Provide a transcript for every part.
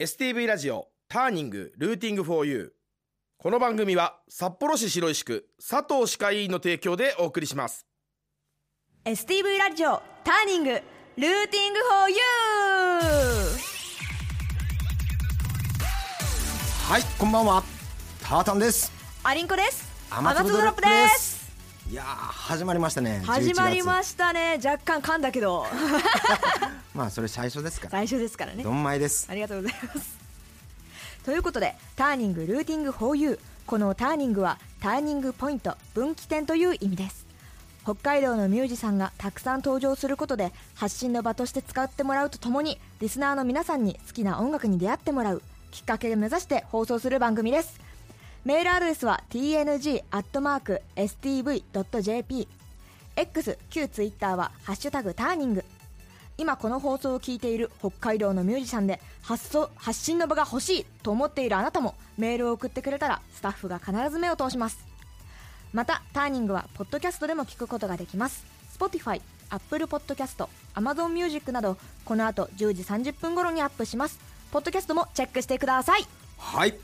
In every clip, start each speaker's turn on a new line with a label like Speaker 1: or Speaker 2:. Speaker 1: STV ラジオターニングルーティングフォーユーこの番組は札幌市白石区佐藤歯科医院の提供でお送りします
Speaker 2: STV ラジオターニングルーティング for you
Speaker 3: はいこんばんはタータンです
Speaker 2: アリンコです
Speaker 3: ア
Speaker 2: マ
Speaker 3: マ
Speaker 2: ゾン
Speaker 3: ゾン
Speaker 2: ド
Speaker 3: ド
Speaker 2: ロッ
Speaker 3: ロッ
Speaker 2: プ
Speaker 3: プ
Speaker 2: で
Speaker 3: ですすいやー始まりましたね
Speaker 2: 始まりま
Speaker 3: し
Speaker 2: したね若干噛んだけど
Speaker 3: まあそれ最初ですから
Speaker 2: 最初ですからね
Speaker 3: どんまいです
Speaker 2: ありがとうございます ということでターニングルーティング for you このターニングはターニングポイント分岐点という意味です北海道のミュージシャンがたくさん登場することで発信の場として使ってもらうとともにリスナーの皆さんに好きな音楽に出会ってもらうきっかけを目指して放送する番組ですメールアドレスは tng.stv.jp X 旧 Twitter は「ハッシュタグターニング」今この放送を聞いている北海道のミュージシャンで発想発信の場が欲しいと思っているあなたもメールを送ってくれたらスタッフが必ず目を通しますまたターニングはポッドキャストでも聞くことができます Spotify、Apple Podcast、Amazon Music などこの後10時30分頃にアップしますポッドキャストもチェックしてください
Speaker 3: はい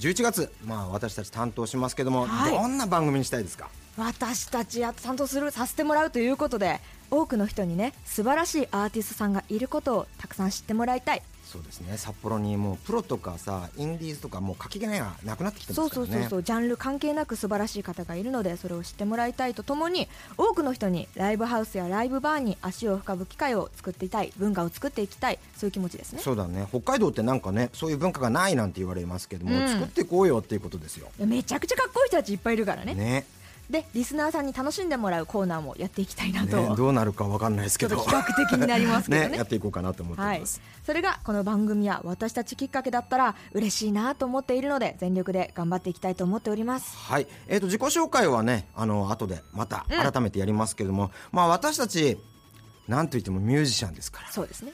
Speaker 3: 11月まあ私たち担当しますけども、
Speaker 2: はい
Speaker 3: どんな番組にしたいですか
Speaker 2: 私たちや担当するさせてもらうということで多くの人にね素晴らしいアーティストさんがいることをたくさん知ってもらいたい
Speaker 3: そうですね札幌にもうプロとかさインディーズとかもう垣根がなくなってきてま
Speaker 2: そう
Speaker 3: す
Speaker 2: そ
Speaker 3: から
Speaker 2: う
Speaker 3: ね
Speaker 2: そうそうジャンル関係なく素晴らしい方がいるのでそれを知ってもらいたいとともに多くの人にライブハウスやライブバーに足を運ぶ機会を作っていたい文化を作っていきたいそういう気持ちですね
Speaker 3: そうだね北海道ってなんかねそういう文化がないなんて言われますけども、
Speaker 2: うん
Speaker 3: 作っていこうよっていうことですよ
Speaker 2: いやめちゃくちゃかっこいい人たちいっぱいいるからね
Speaker 3: ね
Speaker 2: でリスナーさんに楽しんでもらうコーナーもやっていきたいな
Speaker 3: ね
Speaker 2: と、
Speaker 3: どうなるかわかんないです
Speaker 2: ちょ
Speaker 3: け
Speaker 2: っと
Speaker 3: ど
Speaker 2: 比較的になりますけどね
Speaker 3: やっていこうかなと思ってお
Speaker 2: は
Speaker 3: り
Speaker 2: い
Speaker 3: ます、、
Speaker 2: それがこの番組や私たちきっかけだったら嬉しいなと思っているので全力で頑張っていきたいと思っております
Speaker 3: はい、えー、と自己紹介はねあの後でまた
Speaker 2: うん
Speaker 3: 改めてやりますけれども、まあ私たちなんといってもミュージシャンですから
Speaker 2: そうですね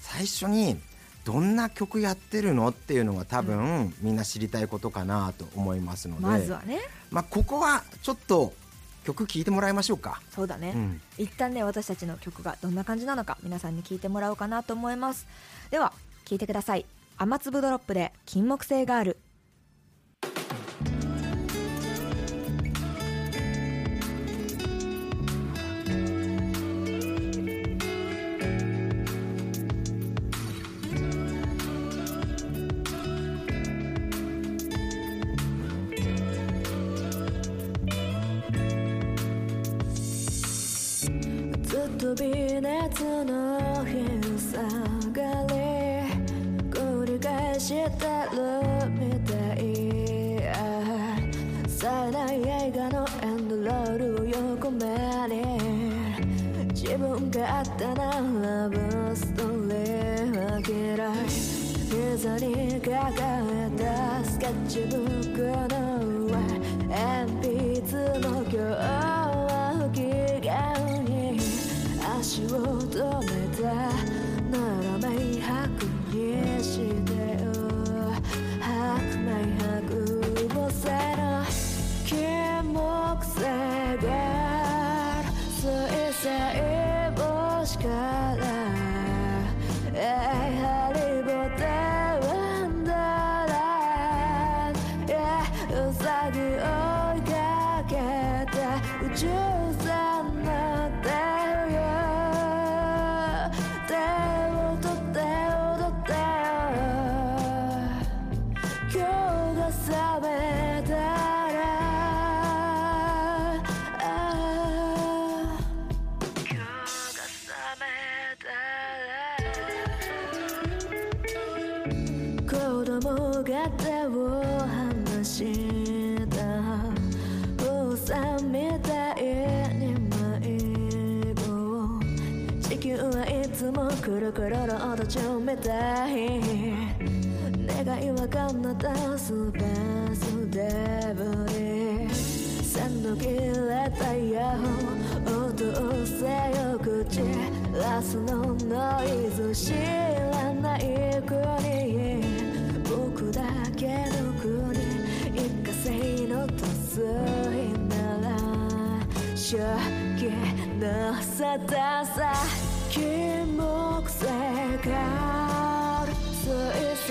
Speaker 3: 最初にどんな曲やってるのっていうのが多分、みんな知りたいことかなと思いますので
Speaker 2: まずはね
Speaker 3: まあ、ここはちょっと曲聴いてもらいましょうか。
Speaker 2: そうだね、
Speaker 3: うん
Speaker 2: 一旦ね私たちの曲がどんな感じなのか皆さんに聞いてもらおうかなと思いますでは聞いてください雨粒ドロップで金木犀ガール
Speaker 4: ずっと微熱の日下がり繰り返してるみたい再来映画のエンドロールを横目に自分勝手なラブストーリーは嫌い膝に抱えたスケッチブックの上鉛筆の今日は不機嫌に足を止めたなら明白にしてよ白明白もせの金木犀が水彩星から「ハリボテワンダーランド」「うさぎ追いかけて宇宙さんなってるよ」「手を取って踊って今日が覚めたら」今日が覚めたら子供が手を離した父さんみたいに迷子地球はいつもくるくるの途中みたい願いは叶ったスーパースデブリ鮮度切れたよ音をせよ口ラスのノイズ知らない国僕だけの国一過性の塗水なら初期の沙汰さ金木犀が水星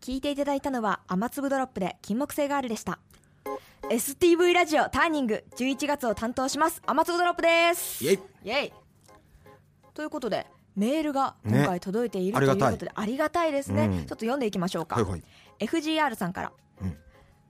Speaker 2: 聞いていただいたのは雨粒ドロップで金木犀ガールでした STV ラジオターニング11月を担当します雨粒ドロップです
Speaker 3: イエイ
Speaker 2: イエイということでメールが今回届いている、
Speaker 3: ねあり
Speaker 2: とい
Speaker 3: が
Speaker 2: う
Speaker 3: たい
Speaker 2: ことでありがたいですね、
Speaker 3: うん
Speaker 2: ちょっと読んでいきましょうか、
Speaker 3: はいはい
Speaker 2: FGR さんから、
Speaker 3: うん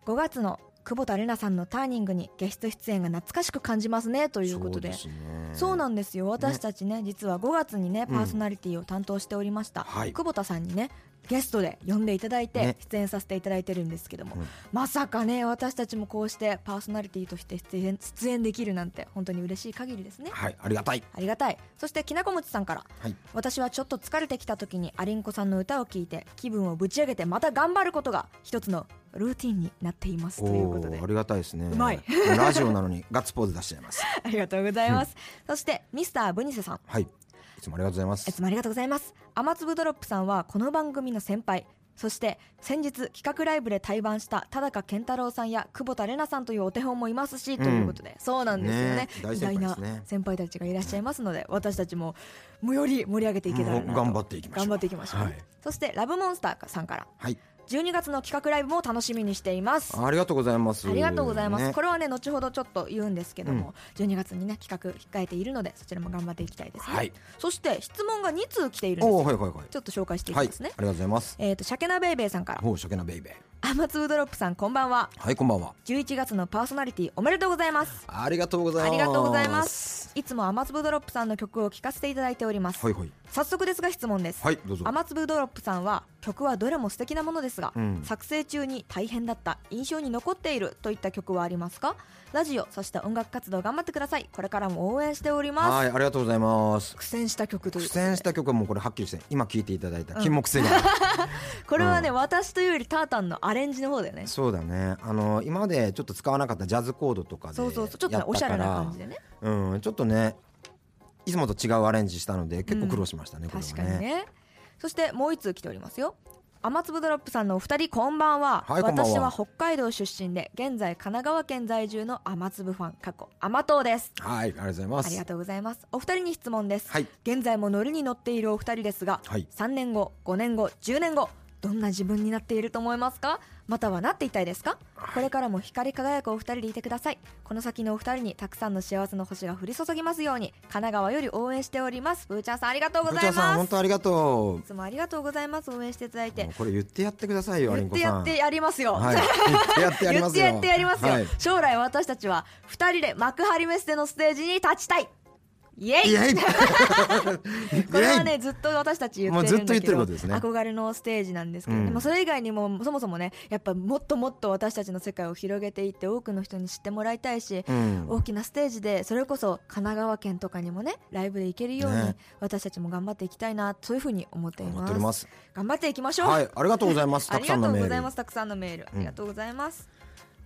Speaker 2: 5月の久保田玲奈さんのターニングにゲスト出演が懐かしく感じますねということで
Speaker 3: そうですね
Speaker 2: そうなんですよ私たちね実は5月にねパーソナリティを担当しておりました、
Speaker 3: はい
Speaker 2: 久保田さんにねゲストで呼んでいただいて
Speaker 3: ね
Speaker 2: 出演させていただいてるんですけども、
Speaker 3: うん
Speaker 2: まさかね私たちもこうしてパーソナリティとして出演出演できるなんて本当に嬉しい限りですね
Speaker 3: はいありがたい
Speaker 2: ありがたいそしてきなこもちさんから
Speaker 3: はい
Speaker 2: 私はちょっと疲れてきた時にアリンコさんの歌を聴いて気分をぶち上げてまた頑張ることが一つのルーティンになっていますということで
Speaker 3: ーありがたいですね
Speaker 2: うまい
Speaker 3: ラジオなのにガッツポーズ出しちゃいます
Speaker 2: ありがとうございますそしてミスターブニセさん
Speaker 3: はいいつもありがとうございま
Speaker 2: い
Speaker 3: す
Speaker 2: つもありがとうございます雨粒ドロップさんはこの番組の先輩そして先日企画ライブで対バンした田中健太郎さんや久保田玲奈さんというお手本もいますし、ということでそうなんですよね
Speaker 3: ね大
Speaker 2: 偉
Speaker 3: 先輩
Speaker 2: 大
Speaker 3: で
Speaker 2: な
Speaker 3: すね
Speaker 2: 先輩たちがいらっしゃいますので私たちももうより盛り上げていけたらなと
Speaker 3: もう頑張っていきましょう
Speaker 2: 頑張っていきましょう
Speaker 3: はい
Speaker 2: そしてラブモンスターさんから
Speaker 3: はい
Speaker 2: 12月の企画ライブも楽しみにしています
Speaker 3: ありがとうございます
Speaker 2: ありがとうございます、
Speaker 3: ね
Speaker 2: これはね後ほどちょっと言うんですけども、12月にね企画控えているのでそちらも頑張っていきたいですね、
Speaker 3: はい
Speaker 2: そして質問が2通来ているんです
Speaker 3: おーはいはいはい
Speaker 2: ちょっと紹介していき
Speaker 3: はいあり
Speaker 2: ます
Speaker 3: が
Speaker 2: ね、
Speaker 3: とうございます
Speaker 2: えっ、と鮭なべいべいさんから
Speaker 3: ほう初見のベイベー
Speaker 2: 雨粒ドロップさんこんばんは
Speaker 3: はいこんばんは
Speaker 2: 11月のパーソナリティおめでとうございます
Speaker 3: ありがとうござ
Speaker 2: あ
Speaker 3: います
Speaker 2: りがとうございますいつも雨粒ドロップさんの曲を聴かせていただいております、
Speaker 3: はいはい
Speaker 2: 早速ですが質問です、
Speaker 3: はいどうぞ
Speaker 2: 雨粒ドロップさんは曲はどれも素敵なものですが、
Speaker 3: うん
Speaker 2: 作成中に大変だった印象に残っているといった曲はありますかラジオそして音楽活動頑張ってくださいこれからも応援しておりま
Speaker 3: は
Speaker 2: す
Speaker 3: いありがとうございます
Speaker 2: 苦戦した曲という
Speaker 3: 苦
Speaker 2: ことで
Speaker 3: 戦した曲はもうこれはっきりして今聴いていただいた金木犀が、
Speaker 2: これはね、私というよりタータンのアレンジの方だよね
Speaker 3: そうだねあの今までちょっと使わなかったジャズコードとかで
Speaker 2: そうそうそうちょっとね
Speaker 3: やたから
Speaker 2: おしゃれな感じでね
Speaker 3: うんちょっとねいつもと違うアレンジしたので結構苦労しましたね、これは
Speaker 2: 確かにねそしてもう一通来ておりますよ雨粒ドロップさんのお二人こんばんは,、
Speaker 3: はいこんばんは
Speaker 2: 私は北海道出身で現在神奈川県在住の雨粒ファン過去雨党です
Speaker 3: はいありがとうございます
Speaker 2: ありがとうございますお二人に質問です、
Speaker 3: はい
Speaker 2: 現在もノリに乗っているお二人ですが、
Speaker 3: はい
Speaker 2: 3年後5年後10年後どんな自分になっていると思いますかまたはなっていたいですかこれからも光り輝くお二人でいてくださいこの先のお二人にたくさんの幸せの星が降り注ぎますように神奈川より応援しておりますブーちゃんさんありがとうご
Speaker 3: 部
Speaker 2: ざい
Speaker 3: 長さん
Speaker 2: ま
Speaker 3: 本
Speaker 2: す
Speaker 3: 当ありがと
Speaker 2: いつもありがとうございます応援していただいうて
Speaker 3: もうこれ言ってやってくださいよアリ
Speaker 2: 言っ
Speaker 3: ンコ
Speaker 2: て
Speaker 3: さ
Speaker 2: や
Speaker 3: ん
Speaker 2: ってやりますよ、
Speaker 3: はい、言ってやってやり
Speaker 2: 言
Speaker 3: ま
Speaker 2: っ
Speaker 3: す
Speaker 2: て
Speaker 3: よ
Speaker 2: やってやりますよ、
Speaker 3: はい
Speaker 2: 将来私たちは二人で幕張メッセのステージに立ちたいイエイ
Speaker 3: イエイ
Speaker 2: これは
Speaker 3: イエ
Speaker 2: ねずっと私たち言ってるんだけど
Speaker 3: もうずっと言ってることですね
Speaker 2: 憧れのステージなんですけど、
Speaker 3: うん
Speaker 2: でもそれ以外にもそもそもねやっぱもっともっと私たちの世界を広げていって多くの人に知ってもらいたいし、
Speaker 3: イうん
Speaker 2: 大きなステージでそれこそ神奈川県とかにもねライブで行けるように、
Speaker 3: ね
Speaker 2: 私たちも頑張っていきたいなそういうふうに思ってい
Speaker 3: 思
Speaker 2: ま
Speaker 3: って
Speaker 2: す
Speaker 3: おります
Speaker 2: 頑張っていきましょう、
Speaker 3: はいありがとうございます
Speaker 2: あ
Speaker 3: たく
Speaker 2: り
Speaker 3: さ
Speaker 2: が
Speaker 3: ん
Speaker 2: と
Speaker 3: の
Speaker 2: う
Speaker 3: メ
Speaker 2: ご
Speaker 3: ー
Speaker 2: ざい
Speaker 3: ル
Speaker 2: ますたくさんのメールありがとうございます、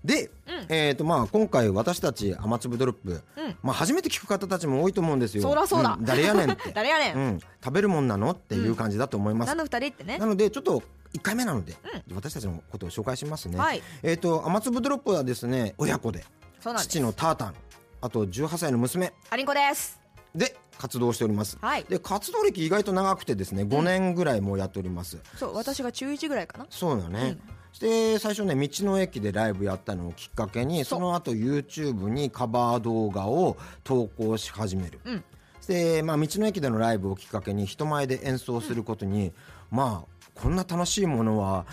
Speaker 3: で、
Speaker 2: うん
Speaker 3: えーとまあ、今回私たち雨粒ドロップ、
Speaker 2: うん
Speaker 3: まあ、初めて聞く方たちも多いと思うんですよ。
Speaker 2: そらそうだ
Speaker 3: ん誰やねんっ て、
Speaker 2: 誰やねん、
Speaker 3: うん、食べるもんなのっていう感じだと思います。
Speaker 2: 何の二人ってね
Speaker 3: なのでちょっと1回目なので、私たちのことを紹介しますね。
Speaker 2: はい
Speaker 3: えー、と雨粒ドロップはですね親子で
Speaker 2: そうなんです
Speaker 3: 父のタータンあと18歳の娘
Speaker 2: アリンコです
Speaker 3: で活動しております。
Speaker 2: はい
Speaker 3: で活動歴意外と長くてですね5年ぐらいもうやっております。
Speaker 2: そう私が中1ぐらいかな
Speaker 3: そうだね、
Speaker 2: う
Speaker 3: で最初ね道の駅でライブやったのをきっかけに
Speaker 2: そう
Speaker 3: その後 YouTube にカバー動画を投稿し始める、
Speaker 2: うん
Speaker 3: で、まあ、道の駅でのライブをきっかけに人前で演奏することに、まあこんな楽しいものは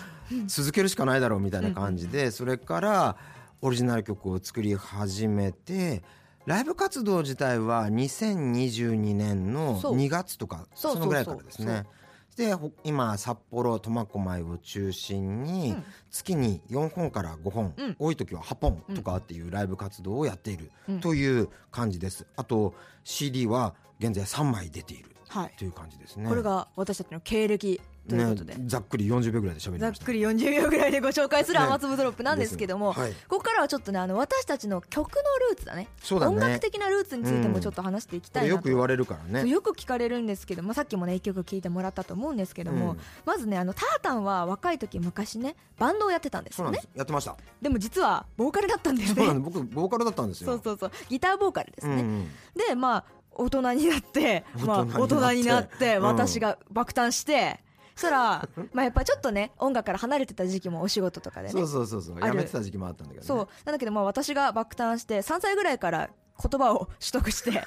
Speaker 3: 続けるしかないだろうみたいな感じで、それからオリジナル曲を作り始めてライブ活動自体は2022年の
Speaker 2: そう
Speaker 3: 2月とか
Speaker 2: そう
Speaker 3: そのぐらいからです
Speaker 2: そうそう
Speaker 3: ね。でほ今札幌苫小牧を中心に
Speaker 2: うん
Speaker 3: 月に4本から5本、
Speaker 2: うん
Speaker 3: 多い時は8本とかっていうライブ活動をやっている
Speaker 2: うん
Speaker 3: という感じです、あと CD は現在3枚出ている
Speaker 2: はい
Speaker 3: という感じですね
Speaker 2: これが私たちの経歴ということで、
Speaker 3: ね、ざっくり40秒ぐらいで喋り
Speaker 2: ざ
Speaker 3: ま
Speaker 2: っ
Speaker 3: した
Speaker 2: くり40秒ぐらいでご紹介する雨粒ドロップなんですけども、
Speaker 3: ですねはい
Speaker 2: ここからはちょっとねあの私たちの曲のルーツだね
Speaker 3: そうだね
Speaker 2: 音楽的なルーツについてもちょっと話していき
Speaker 3: こ
Speaker 2: たい
Speaker 3: れ
Speaker 2: なと、
Speaker 3: よく言われるから
Speaker 2: そう
Speaker 3: ね
Speaker 2: よく聞かれるんですけど、まあ、さっきもね一曲聴いてもらったと思うんですけども、
Speaker 3: うん
Speaker 2: まずねあのタータンは若い時昔ねバンドをやってたんです
Speaker 3: そう
Speaker 2: よ
Speaker 3: なん
Speaker 2: ね
Speaker 3: です、やってました
Speaker 2: でも実はボーカルだったんだよ
Speaker 3: そうなん
Speaker 2: ね
Speaker 3: です僕ボーカルだったんですよ
Speaker 2: そうそうそうギターボーカルですね、
Speaker 3: うんうん
Speaker 2: でまあ大人になってまあ
Speaker 3: 大
Speaker 2: 大人
Speaker 3: 人
Speaker 2: に
Speaker 3: に
Speaker 2: な
Speaker 3: な
Speaker 2: っ
Speaker 3: っててうん
Speaker 2: 私が爆誕してそした ら、まあ、やっぱちょっとね音楽から離れてた時期もお仕事とかでね
Speaker 3: そうそうそうそう
Speaker 2: ある
Speaker 3: やめてた時期もあったんだけど、ね、
Speaker 2: そうなんだけどまあ私が爆誕して3歳ぐらいから言葉を取得して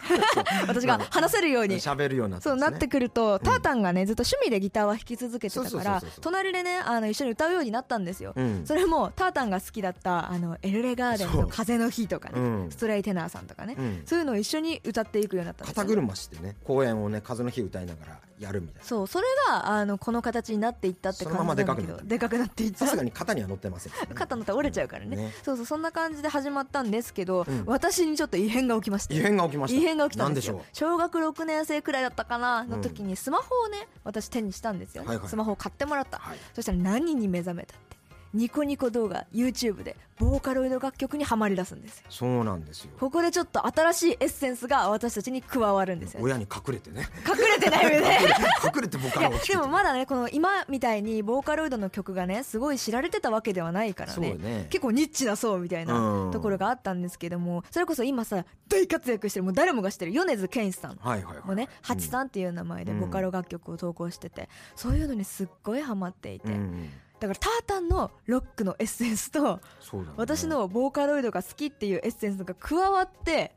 Speaker 2: 私が話せるように
Speaker 3: 喋るようになった
Speaker 2: そうん
Speaker 3: です
Speaker 2: な
Speaker 3: ね
Speaker 2: ってくると、タータンがねずっと趣味でギターは弾き続けてた
Speaker 3: そう
Speaker 2: か
Speaker 3: そうそう
Speaker 2: ら
Speaker 3: そうそう
Speaker 2: 隣でねあの一緒に歌うようになったんですよ、
Speaker 3: うん
Speaker 2: それもタータンが好きだったあのエルレガーデン
Speaker 3: そ
Speaker 2: の
Speaker 3: う
Speaker 2: 風の日とかね、
Speaker 3: うん
Speaker 2: ストライテナーさんとかね、
Speaker 3: うん
Speaker 2: そういうのを一緒に歌っていくようになったんです
Speaker 3: 肩
Speaker 2: よ、
Speaker 3: 車してね公演をね風の日歌いながらやるみたいな
Speaker 2: そうそれがあのこの形になっていったって感じなんだけ
Speaker 3: そのままでかくな
Speaker 2: どでかくな
Speaker 3: った
Speaker 2: っていった
Speaker 3: さすがに肩には乗ってません、
Speaker 2: 肩のったら折れちゃうからね,、
Speaker 3: ね
Speaker 2: そうそうそんな感じで始まったんですけど、
Speaker 3: うん
Speaker 2: 私にちょっと異変が起きまして
Speaker 3: 異変が起きました
Speaker 2: 異変が起きたんですよ
Speaker 3: なんで
Speaker 2: 小学6年生くらいだったかなの時にスマホをね私手にしたんですよね、
Speaker 3: はいはい
Speaker 2: スマホを買ってもらった、
Speaker 3: はい
Speaker 2: そしたら何に目覚めたってニコニコ動画 YouTube でボーカロイド楽曲にはまり出すんですよ
Speaker 3: そうなんですよ
Speaker 2: ここでちょっと新しいエッセンスが私たちに加わるんですよね
Speaker 3: 親に隠れてね
Speaker 2: 隠れてないよ ね
Speaker 3: 隠れて僕
Speaker 2: い
Speaker 3: から
Speaker 2: や
Speaker 3: 大きく
Speaker 2: でもまだねこの今みたいにボーカロイドの曲がねすごい知られてたわけではないから
Speaker 3: そう
Speaker 2: ね
Speaker 3: よね
Speaker 2: 結構ニッチな層みたい
Speaker 3: うん
Speaker 2: なところがあったんですけどもそれこそ今さ大活躍してるもう誰もが知ってる米津玄師さん
Speaker 3: はいはいはい
Speaker 2: もね「ハチさん」っていう名前でボカロ楽曲を投稿しててそういうのにすっごいハマっていて
Speaker 3: うんうん
Speaker 2: だからタータンのロックのエ ッセンスと
Speaker 3: そうだね
Speaker 2: 私のボーカロイドが好きっていうエッセンスが加わって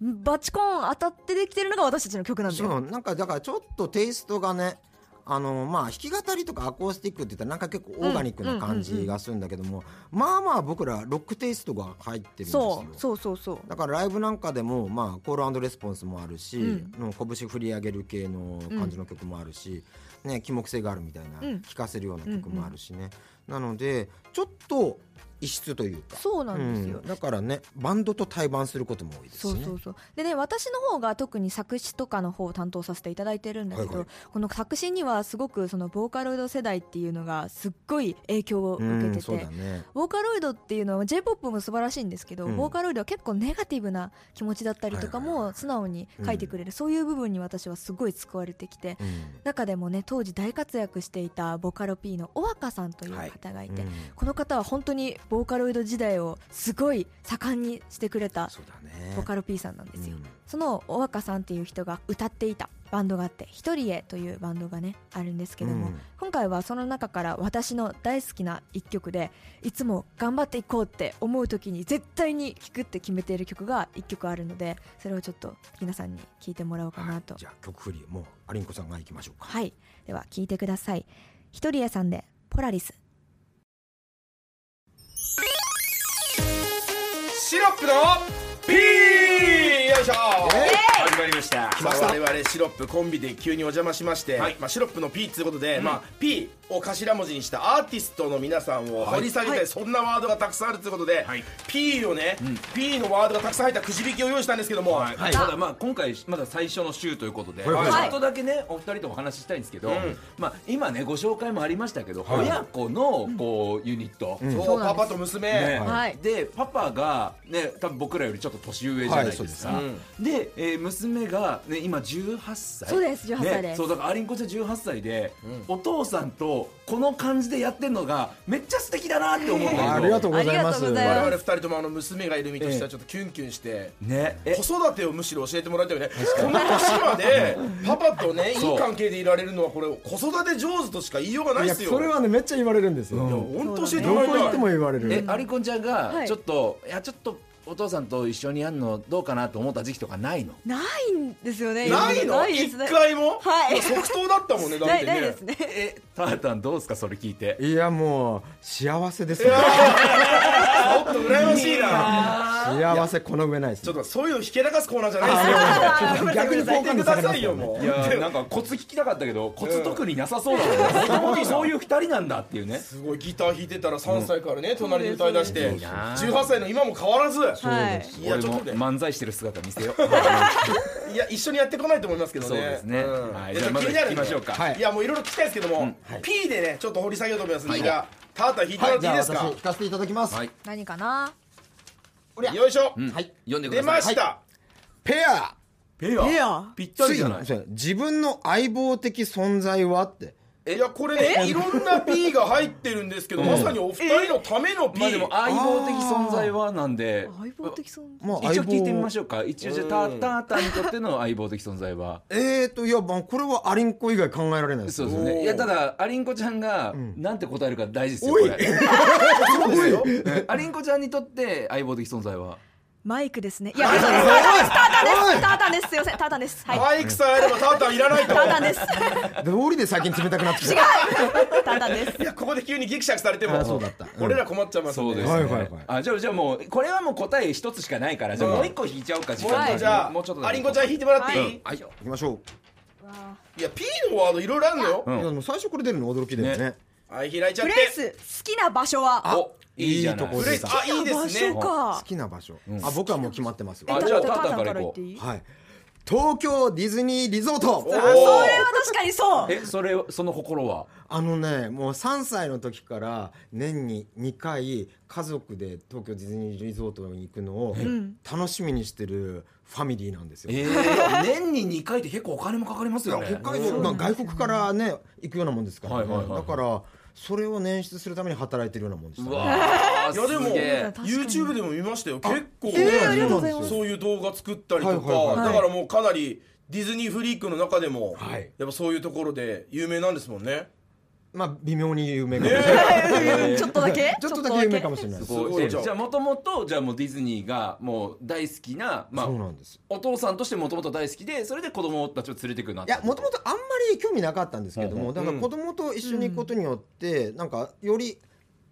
Speaker 2: バチコーン当たってできてるのが私たちの曲なんだよ
Speaker 3: そうなんかだからちょっとテイストがねあのまあ弾き語りとかアコースティックって言ったらなんか結構オーガニックな感じがするんだけども、まあまあ僕らロックテイストが入ってるんですよ
Speaker 2: そうそうそうそう
Speaker 3: だからライブなんかでも、まあ、コールレスポンスもあるし、
Speaker 2: うん
Speaker 3: の拳振り上げる系の感じの曲もあるし、ね、キモクセがあるみたいな、
Speaker 2: うん
Speaker 3: 聴かせるような曲もあるしね、なのでちょっと異質というか
Speaker 2: そうなんですよ、
Speaker 3: うんだからねバンドと対バンすることも多いですし
Speaker 2: そ
Speaker 3: ね
Speaker 2: うそうそうでね私の方が特に作詞とかの方を担当させていただいてるんだけど、
Speaker 3: はいはい
Speaker 2: この作詞にはすごくそのボーカロイド世代っていうのがすっごい影響を
Speaker 3: うん
Speaker 2: 受けて
Speaker 3: そう
Speaker 2: て
Speaker 3: だね
Speaker 2: ボーカロイドっていうのは j p o p も素晴らしいんですけど、
Speaker 3: うん
Speaker 2: ボーカロイドは結構ネガティブな気持ちだったりとか
Speaker 3: はいはい
Speaker 2: も素直に書いてくれる、そういう部分に私はすごい救われてきて、
Speaker 3: うん
Speaker 2: 中でもね当時大活躍していたボカロ P のお若さんという方がいて、
Speaker 3: うん
Speaker 2: この方は本当にボーカロイド時代をすごい盛んにしてくれた
Speaker 3: そうだね
Speaker 2: ボカロ P さんなんですよ、
Speaker 3: うん
Speaker 2: そのお若さんっていう人が歌っていたバンドがあって「一人へ」というバンドがねあるんですけども、
Speaker 3: うん
Speaker 2: 今回はその中から私の大好きな一曲でいつも頑張っていこうって思う時に絶対に聴くって決めている曲が一曲あるのでそれをちょっと皆さんに聴いてもらおうか
Speaker 3: は
Speaker 2: ないと
Speaker 3: じゃあ曲振りもうアリンコさんが行きましょうか
Speaker 2: はい、では聞いてください。ひとりえさんでポラリス。
Speaker 1: シロップのピーよいしょ
Speaker 5: 始まりました
Speaker 1: まあ、我々シロップコンビで急にお邪魔しまして、
Speaker 5: はい
Speaker 1: まあ、シロップの P ということで、まあ、P を頭文字にしたアーティストの皆さんを掘り下げて、
Speaker 2: はい
Speaker 1: そんなワードがたくさんあるということで、
Speaker 5: はい
Speaker 1: P をね、P のワードがたくさん入ったくじ引きを用意したんですけども、
Speaker 5: はいただまあ今回まだ最初の週ということで、
Speaker 3: はい
Speaker 5: ちょっとだけねお二人とお話ししたいんですけど、まあ今ねご紹介もありましたけど、親子のこうユニット、
Speaker 1: そうパパと娘、
Speaker 5: ね
Speaker 2: はい
Speaker 5: でパパがね多分僕らよりちょっと年上じゃないですか、
Speaker 1: はい
Speaker 5: で
Speaker 1: そうで
Speaker 5: えー娘が、ね、今18歳
Speaker 2: そうです18歳です
Speaker 5: そうだからアリンコちゃん18歳で、お父さんとこの感じでやってるのがめっちゃ素敵だなって思うんだけど
Speaker 3: ありがとうございま
Speaker 2: ありがと
Speaker 3: す
Speaker 2: うございます
Speaker 1: 我々二人ともあの娘がいる身としてはちょっとキュンキュンして、
Speaker 5: ねえ
Speaker 1: 子育てをむしろ教えてもらいたいよねこの年までパパとねいい
Speaker 5: そう
Speaker 1: 関係でいられるのはこれ子育て上手としか言いようがない
Speaker 3: い
Speaker 1: で
Speaker 3: や
Speaker 1: すよ
Speaker 3: それはねめっちゃ言われるんですよ、
Speaker 1: いや本当教えて
Speaker 3: ど
Speaker 1: もらい
Speaker 3: こ行ったて
Speaker 1: い
Speaker 3: も言われ
Speaker 5: え
Speaker 3: る
Speaker 5: アリコンちゃん
Speaker 2: は
Speaker 5: が
Speaker 2: い
Speaker 5: ちょっと、い、やちょっとお父さんと一緒にやるのどうかなと思った時期とかないの
Speaker 2: ないんですよね。
Speaker 1: ないの
Speaker 2: で
Speaker 1: 一
Speaker 2: すね。
Speaker 1: 回も
Speaker 2: はい
Speaker 1: 即答だったもんねだ
Speaker 2: な
Speaker 1: っ
Speaker 2: い
Speaker 1: て
Speaker 2: ないで
Speaker 1: ね
Speaker 2: すね。
Speaker 5: えタータンどうですかそれ聞いて
Speaker 3: いやもう幸せですね
Speaker 1: あおっと羨ましいな
Speaker 3: 幸せこの上ないです
Speaker 1: ちょ
Speaker 3: ね
Speaker 1: っとそういうの引け流すコーナーじゃないですよ
Speaker 3: 逆に好感度
Speaker 1: くだ
Speaker 3: 下が
Speaker 1: さ
Speaker 3: ります
Speaker 1: い
Speaker 3: よ
Speaker 1: よ
Speaker 3: ね
Speaker 1: も
Speaker 5: いうやなんかコツ聞きたかったけどコツ特になさそうだな、ね、 そういう二人なんだっていうね
Speaker 1: すごいギター弾いてたら3歳からね隣で歌いだして
Speaker 5: いいな
Speaker 1: 18歳の今も変わらず
Speaker 2: はい。
Speaker 1: いや
Speaker 5: 俺
Speaker 1: ちょ
Speaker 5: も
Speaker 1: っとね
Speaker 5: 漫才してる姿見せよう
Speaker 1: いや一緒にやってこないと思いますけどね
Speaker 5: そうですね
Speaker 1: うん
Speaker 5: はい
Speaker 1: いやち
Speaker 5: じゃあ
Speaker 1: ょっと気になるんで
Speaker 5: まず行きましょうか
Speaker 3: はい
Speaker 1: いやもういろいろ聞きたいですけども P でねちょっと掘り下げようと思いますじゃあターター弾いてもら
Speaker 3: は
Speaker 1: って
Speaker 3: いじ
Speaker 1: いい
Speaker 3: ゃあ
Speaker 1: です
Speaker 3: 私
Speaker 1: か
Speaker 3: 聞かせていただきます、
Speaker 5: はい
Speaker 2: 何かな。
Speaker 1: よいしょ
Speaker 3: はい
Speaker 5: 読んで
Speaker 1: 出
Speaker 5: くださ
Speaker 1: ま
Speaker 5: い
Speaker 1: した
Speaker 3: ペア
Speaker 5: ペア
Speaker 2: ペア
Speaker 5: ぴったりじゃない
Speaker 3: ついにそう自分の相棒的存在はって
Speaker 1: いやこれねいろんな P が入ってるんですけど、まさにお二人のための P、
Speaker 5: まあでも相棒的存在はなんで
Speaker 4: 相棒的存在
Speaker 3: まあ
Speaker 5: 一応聞いてみま
Speaker 3: ょ
Speaker 5: しょうか一応じゃあターターターにとっての相棒的存在は
Speaker 3: うえーといやまあこれはアリンコ以外考えられないです
Speaker 5: そう
Speaker 3: よ
Speaker 5: ですねいやただアリンコちゃんがなんて答えるか大事ですよ
Speaker 3: おい
Speaker 5: これうんアリンコちゃんにとって相棒的存在は
Speaker 4: マイクですねいやタータンですタータンですタータンですすいませんタータンですはい
Speaker 1: マイクさえあればタータンいらないと
Speaker 4: タータンです
Speaker 3: 道理で最近冷たくなってきた
Speaker 4: タータンです
Speaker 1: いやここで急にギクシャクされても
Speaker 3: あそうだったうん
Speaker 1: 俺ら困っちゃいますん
Speaker 5: そうですね、
Speaker 3: はいはいはい
Speaker 5: あじゃあじゃあもうこれはもう答え一つしかないからじゃあもう一個引いちゃおうか時
Speaker 1: もうちょっ
Speaker 5: 間
Speaker 1: とじゃあ、
Speaker 5: もうちょっとだ
Speaker 1: ア
Speaker 5: け
Speaker 1: リンコちゃん引いてもらっていい、
Speaker 5: うんはい
Speaker 3: 行きましょ
Speaker 1: いや P のワードいろいろあるのよ、
Speaker 5: う
Speaker 3: う、
Speaker 5: ん
Speaker 3: いやでも最初これ出るの驚きだよね
Speaker 5: ね
Speaker 1: はい開いちゃっ
Speaker 4: プ
Speaker 1: て
Speaker 4: レイス好きな場所は
Speaker 5: おいいじゃない
Speaker 3: いいとこ
Speaker 1: プレイスあいいですね
Speaker 4: 場所か
Speaker 3: 好きな場所、あ僕はもう決まってますよ
Speaker 5: あ
Speaker 4: え
Speaker 5: じゃあ
Speaker 4: タータン
Speaker 5: タータンから行こう
Speaker 4: っていい
Speaker 3: はい東京ディズニーリゾート
Speaker 1: おー
Speaker 4: それは確かにそう
Speaker 5: えそれその心は
Speaker 3: あのねもう3歳の時から年に2回家族で東京ディズニーリゾートに行くのを楽しみにしてるファミリーなんですよ。
Speaker 5: えー、年に二回って結構お金もかかりますよね
Speaker 3: 北海道、まあ、外国からね行くようなもんですから、ね
Speaker 5: はいはいはい
Speaker 3: だからそれを捻出するために働いてるようなもんでした、
Speaker 5: う
Speaker 3: ね、
Speaker 5: わー
Speaker 1: いやでも
Speaker 5: すげえ
Speaker 1: YouTube でも見ましたよ結構、
Speaker 3: えーありがとうございます
Speaker 1: そういう動画作ったりとか、
Speaker 3: はいはいはい
Speaker 1: だからもうかなりディズニーフリークの中でも、
Speaker 3: はい
Speaker 1: やっぱそういうところで有名なんですもんね
Speaker 3: まあ微妙に有名かもしれない、
Speaker 4: えーちょっとだけ
Speaker 3: ちょっとだけ有名かもしれないです
Speaker 5: すごい
Speaker 1: すごい
Speaker 5: え
Speaker 1: じゃあ
Speaker 5: じゃあもともとじゃあもうディズニーがもう大好きな,、まあ、
Speaker 3: そうなんです
Speaker 5: お父さんとしてもともと大好きでそれで子供たちを連れてくるなっ
Speaker 3: い
Speaker 5: て
Speaker 3: やもともとあんまり興味なかったんですけども、
Speaker 5: うん
Speaker 3: だから子供と一緒に行くことによって、なんかより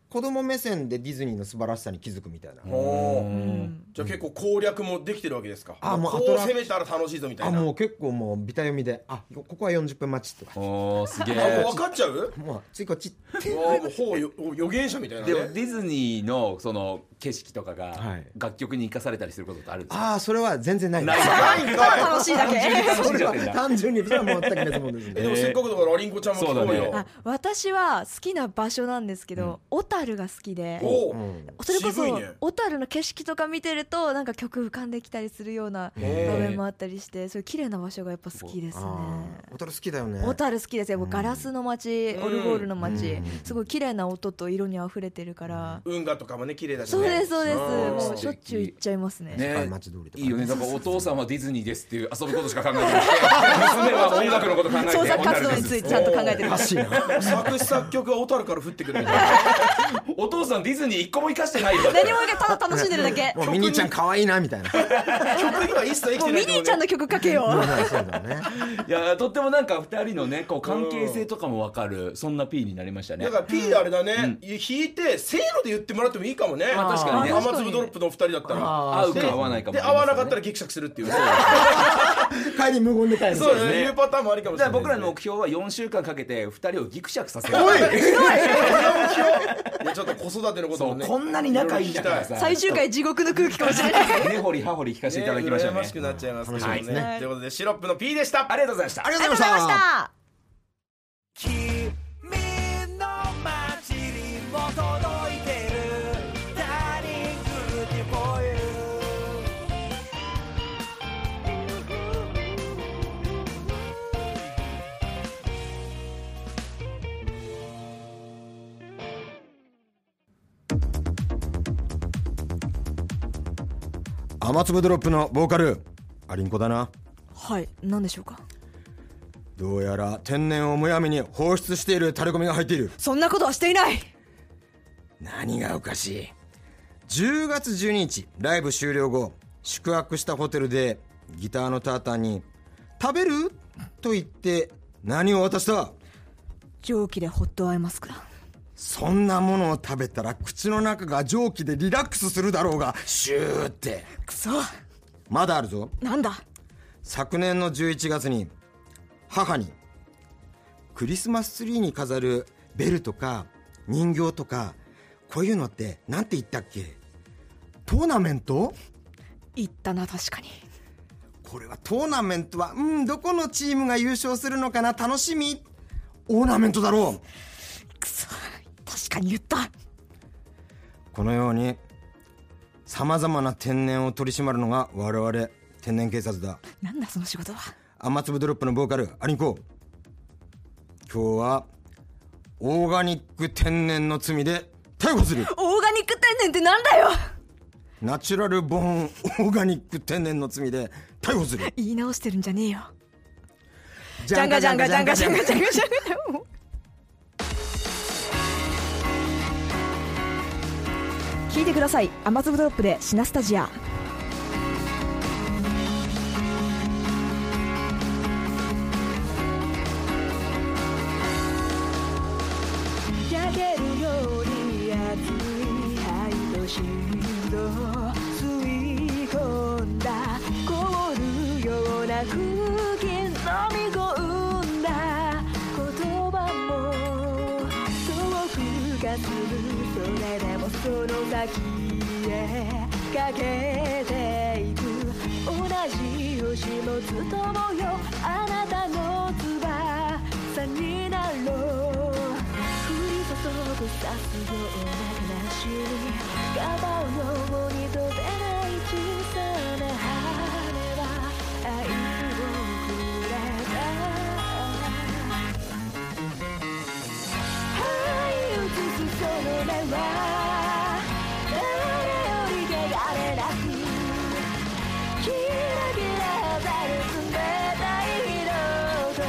Speaker 3: 子供目線でディズニーの素晴らしさに気づくみたいな、
Speaker 1: おーじゃあ結構攻略もできてるわけですか
Speaker 3: あもう
Speaker 1: こ
Speaker 3: アト
Speaker 1: う
Speaker 3: ラ
Speaker 1: 攻めたら楽しいぞみた
Speaker 3: あ
Speaker 1: いな
Speaker 3: も
Speaker 1: も
Speaker 3: う結構もうビタ読みであここは40分待ちとか
Speaker 5: おーすげ
Speaker 1: う
Speaker 5: え
Speaker 1: 分かっちゃう
Speaker 3: もう次こ っち
Speaker 1: わあもうほぼよ予言者みたいな
Speaker 5: でも
Speaker 1: ね
Speaker 5: ディズニーのその景色とか
Speaker 3: は
Speaker 5: が
Speaker 3: い
Speaker 5: 楽曲に生かされたりすることってあるんですか、
Speaker 3: ああそれは全然ないで
Speaker 5: ない
Speaker 3: す
Speaker 1: ないんかい
Speaker 4: 楽しいだけ
Speaker 5: 楽 し
Speaker 3: そ
Speaker 5: ん
Speaker 3: れ
Speaker 5: じゃっ
Speaker 3: は
Speaker 5: てんだ
Speaker 3: 単純にそれは全く別物ですね
Speaker 1: でもせっかくだからリンコちゃんも聞こうよ
Speaker 5: そうだね
Speaker 4: あ私は好きな場所なんですけど、小樽が好きで
Speaker 1: おお、
Speaker 3: うん
Speaker 4: それこ
Speaker 1: 渋い
Speaker 4: そ
Speaker 1: ね
Speaker 4: 小樽、の景色とか見てるとなんか曲浮かんできたりするような場
Speaker 1: へー
Speaker 4: 面もあったりしてそういう綺麗な場所がやっぱ好きですね
Speaker 3: あー小樽好きだよね
Speaker 4: 小樽好きですよもうガラスの街、オルゴールの街、
Speaker 3: うん
Speaker 4: すごい綺麗な音と色にあふれてるから、
Speaker 1: 運河とかもね綺麗だし、ね、
Speaker 4: そうですそうです
Speaker 1: ん
Speaker 4: もうしょっちゅう行っちゃいますね
Speaker 5: ね
Speaker 3: 堺町通りとかね
Speaker 5: いいよねだからお父さんはディズニーですっていう遊ぶことしか考えてなくて娘は音楽のこと考えて
Speaker 4: 創作活動に
Speaker 5: 小樽
Speaker 4: つ
Speaker 5: で
Speaker 4: いてちゃんと考えてる
Speaker 3: おかしいな
Speaker 1: 作詞作曲は小樽から降ってくるみたい な
Speaker 5: すお父さんディズニー一個も生かしてないよ
Speaker 4: 何もかただ楽しんでるだけ
Speaker 3: もうミニーちゃん可愛いなみた いなそう
Speaker 1: 曲には一切生き
Speaker 4: もう
Speaker 1: て
Speaker 4: ミ
Speaker 1: な
Speaker 4: ニ
Speaker 1: い
Speaker 4: ーちゃんの曲かけよう
Speaker 3: だそうだね
Speaker 5: いやとってもなんか二人のねこう関係性とかも分かるそんな P になりましたね
Speaker 1: だから P であれだね、引いてせーので言ってもらってもいいかもね
Speaker 5: まあ確かにね
Speaker 1: 雨粒ドロップのお二人だったら
Speaker 5: 合うか合わないかも
Speaker 1: で
Speaker 5: あり
Speaker 1: 合
Speaker 5: ま
Speaker 1: わ
Speaker 5: すよね
Speaker 1: なかったらギクシャクするっていうね
Speaker 3: 帰り無言で帰 る
Speaker 1: そうだ
Speaker 5: そうです
Speaker 1: ね
Speaker 5: ね
Speaker 1: いうパターンもありかもし
Speaker 5: じゃ
Speaker 1: れ
Speaker 5: あ
Speaker 1: ない
Speaker 5: 僕らの目標は4週間かけて2人をギクシャクさせる
Speaker 3: おい
Speaker 1: いやちょっと子育てのこと
Speaker 5: そ
Speaker 1: も
Speaker 5: う
Speaker 1: ね
Speaker 5: こんなに仲いいんだからさ
Speaker 4: 最終回地獄の空気かもしれない
Speaker 5: 根掘り葉掘り聞かせていただきまし
Speaker 1: ね羨
Speaker 5: たね
Speaker 1: ましくなっちゃいますけど
Speaker 3: 楽し
Speaker 1: ね
Speaker 3: みですね
Speaker 1: ということでシロップの P でした
Speaker 5: ありがとうございました
Speaker 3: ありが
Speaker 4: あ
Speaker 3: と
Speaker 4: り
Speaker 3: う
Speaker 4: が
Speaker 3: ご
Speaker 4: とう
Speaker 3: ざ
Speaker 4: ご
Speaker 3: い
Speaker 6: 君の街にも届
Speaker 3: まし
Speaker 4: ざいましたた
Speaker 6: いてるダーリングディフォーユ
Speaker 3: 雨粒ドロップのボーカルアリンコだな
Speaker 4: はい何でしょうか
Speaker 3: どうやら天然をむやみに放出しているタレコミが入っている
Speaker 4: そんなことはしていない
Speaker 3: 何がおかしい10月12日ライブ終了後宿泊したホテルでギターのタータンに「食べる?」と言って何を渡した
Speaker 4: 蒸気でホットアイマスクだ
Speaker 3: そんなものを食べたら口の中が蒸気でリラックスするだろうがシューって
Speaker 4: くそ
Speaker 3: まだあるぞ
Speaker 4: なんだ
Speaker 3: 昨年の11月に母にクリスマスツリーに飾るベルとか人形とかこういうのって何て言ったっけトーナメント
Speaker 4: 言ったな確かに
Speaker 3: これはトーナメントはうんどこのチームが優勝するのかな楽しみオーナメントだろう
Speaker 4: くそ確かに言った
Speaker 3: このようにさまざまな天然を取り締まるのが我々天然警察だ
Speaker 4: なんだその仕事は
Speaker 3: 雨粒ドロップのボーカルアリンコ今日はオーガニック天然の罪で逮捕する
Speaker 2: オーガニック天然ってなんだよ
Speaker 3: ナチュラルボーンオーガニック天然の罪で逮捕する
Speaker 2: 言い直してるんじゃねえよ
Speaker 3: ジ
Speaker 2: ジャンガジャンガジャンガジャンガジャンガジャンガ聞いてください雨粒ドロップでシナスタジア
Speaker 4: 焼けるように熱い肺と心臓吸い込んだ凍るような空気飲み込んだ言葉も遠くがするそれでもその先へかけていく同じ星もつともよあなたの翼になろう降り注ぐ刺すような悲しみカバーように飛べない小さな羽は愛をくれた愛を映すその目は誰より汚れなくキラキラ当たる冷たい色と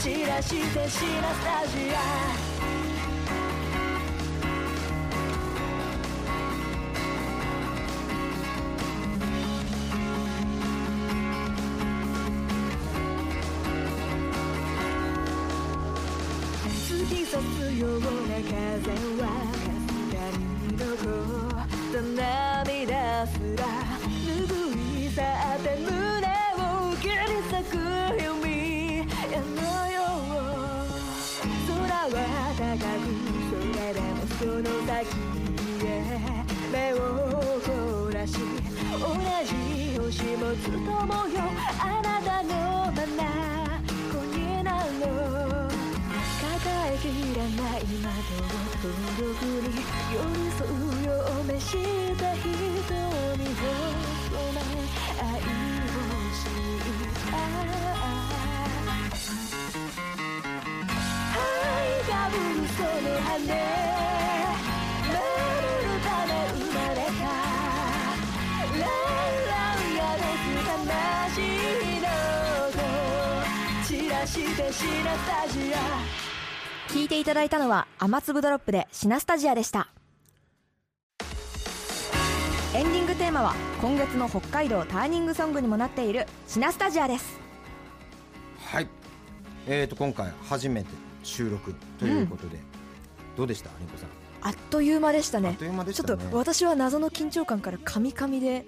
Speaker 4: 散らして知らスタジア突き刺すような風はかすかにどこた涙すら拭い去って胸を切り裂く弓矢のよう空は高くそれでもその先へ目を凝らし同じ星もつともよあなたの眼になろう抱えきらない窓を孤独に寄り添うよう召した人に求め愛を知った愛が降るその羽守るため生まれたランランやれず悲しいのと散らして死なスタジア
Speaker 2: 聞いていただいたのは雨粒ドロップでシナスタジアでしたエンディングテーマは今月の北海道ターニングソングにもなっているシナスタジアです
Speaker 3: はいえーと今回初めて収録ということで、どうでしたりんこさん
Speaker 2: あっという間でした
Speaker 3: あっ
Speaker 2: ね
Speaker 3: という間でし
Speaker 2: ちょ
Speaker 3: た
Speaker 2: っ
Speaker 3: ね
Speaker 2: と私は謎の緊張感からカミカ ミで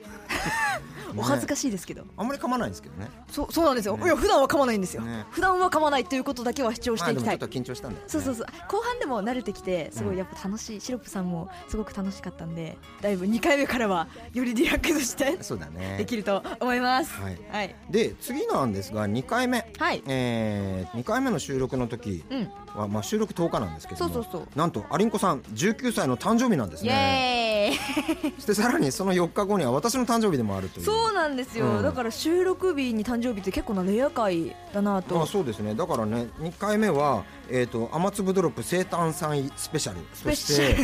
Speaker 2: お恥ずかしいですけど、
Speaker 3: あんまり噛まないんですけどね
Speaker 2: そうそうなんですよ、
Speaker 3: ね
Speaker 2: いや普段は噛まないんですよ、
Speaker 3: ね
Speaker 2: 普段は噛まないということだけは主張し
Speaker 3: ま
Speaker 2: て
Speaker 3: あ
Speaker 2: い
Speaker 3: で
Speaker 2: き
Speaker 3: もち
Speaker 2: た
Speaker 3: ょ
Speaker 2: い、
Speaker 3: っと緊張したんだよね
Speaker 2: そうそうそう後半でも慣れてきてすごいやっぱ楽しい、シロップさんもすごく楽しかったんでだいぶ2回目からはよりリラックスして
Speaker 3: そうだね
Speaker 2: できると思います
Speaker 3: はい
Speaker 2: はい、
Speaker 3: で次なんですが2回目、
Speaker 2: はい
Speaker 3: え2回目の収録の時
Speaker 2: うん
Speaker 3: は、まあ、収録10日なんですけども
Speaker 2: そうそうそ
Speaker 3: なんとアリンコさん19歳の誕生日なんです
Speaker 2: イ
Speaker 3: ね
Speaker 2: エーイ
Speaker 3: そしてさらにその4日後には私の誕生日でもあるという
Speaker 2: そうなんですよ、
Speaker 3: うん
Speaker 2: だから収録日に誕生日って結構なレア回だな
Speaker 3: まあ
Speaker 2: と
Speaker 3: そうですねだからね2回目は、えー、と雨粒ドロップ生誕祭スペシャルそして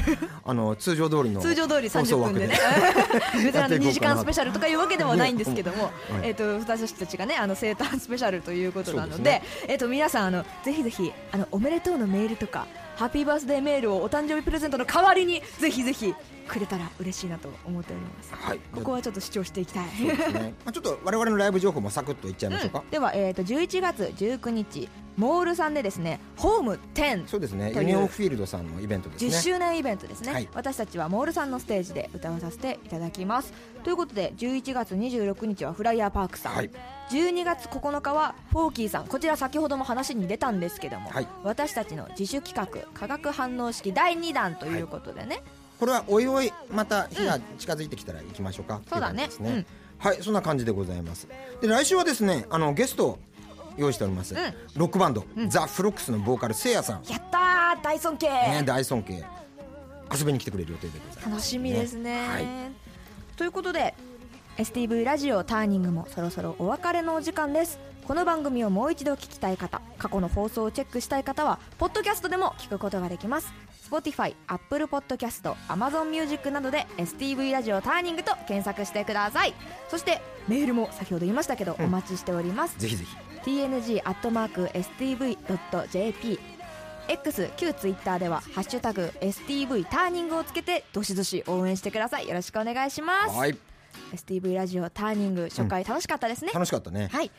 Speaker 3: あの通常通りの
Speaker 2: 通常通り
Speaker 3: 放
Speaker 2: 30
Speaker 3: 送
Speaker 2: 分
Speaker 3: 枠
Speaker 2: でね 別にあの2時間スペシャルとかいうわけでもないんですけども、
Speaker 3: うん
Speaker 2: えっと私たちがねあの生誕スペシャルということなの
Speaker 3: そう
Speaker 2: で
Speaker 3: です
Speaker 2: えっと皆さんあのぜひぜひあのおめでとうのメールとかハッピーバースデーメールをお誕生日プレゼントの代わりにぜひぜひくれたら嬉しいなと思っております
Speaker 3: はい
Speaker 2: ここはちょっと主張していきたい
Speaker 3: そうですね、まあ、ちょっと我々のライブ情報もサクッといっちゃいましょうか、
Speaker 2: では、えー、と11月19日モールさんでですねホーム10
Speaker 3: そうですね
Speaker 2: とい
Speaker 3: ユ
Speaker 2: う
Speaker 3: ニオンフィールドさんのイベントですね
Speaker 2: 10周年イベントですね、
Speaker 3: はい
Speaker 2: 私たちはモールさんのステージで歌わさせていただきますということで11月26日はフライヤーパークさん、
Speaker 3: はい
Speaker 2: 12月9日はフォーキーさんこちら先ほども話に出たんですけども、
Speaker 3: はい
Speaker 2: 私たちの自主企画化学反応式第2弾ということでね、
Speaker 3: これはおいおいまた日が近づいてきたら行きましょうか、
Speaker 2: そうだね
Speaker 3: ってい感じですはいそんな感じでございますで来週はですねあのゲストを用意しております、
Speaker 2: ん
Speaker 3: ロックバンド、ザ・フロックスのボーカルせいやさん、
Speaker 2: やったー大尊敬、
Speaker 3: ね、大尊敬遊びに来てくれる予定でございます
Speaker 2: 楽しみですね、
Speaker 3: はい
Speaker 2: ということで STV ラジオターニングもそろそろお別れのお時間ですこの番組をもう一度聞きたい方過去の放送をチェックしたい方はポッドキャストでも聞くことができます Spotify、Apple Podcast、Amazon Music などで STV ラジオターニングと検索してくださいそしてメールも先ほど言いましたけどお待ちしております、
Speaker 3: ぜひぜひ
Speaker 2: tng.stv.jp X 旧ツイッターでは「ハッシュタグ #stv ターニング」をつけてどしどし応援してくださいよろしくお願いします、
Speaker 3: はい
Speaker 2: STV ラジオターニング初回楽しかったですね、
Speaker 3: 楽しかったね
Speaker 2: はい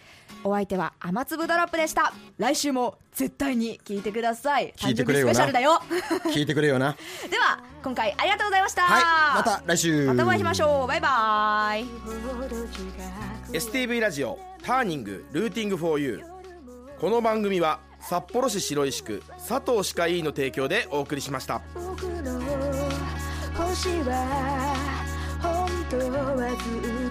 Speaker 2: お相手は雨粒ドロップでした来週も絶対に聞いてください
Speaker 3: 聞いてくれよ
Speaker 2: 誕生日ス
Speaker 3: な
Speaker 2: ペシャルだよ
Speaker 3: 聞いてくれよな
Speaker 2: では今回ありがとうございました
Speaker 3: はいまた来週
Speaker 2: またお会いしましょうバイバイ
Speaker 1: STV ラジオターニングルーティングフォーユーこの番組は札幌市白石区佐藤歯科医院の提供でお送りしました
Speaker 4: 僕の星は本当はずっ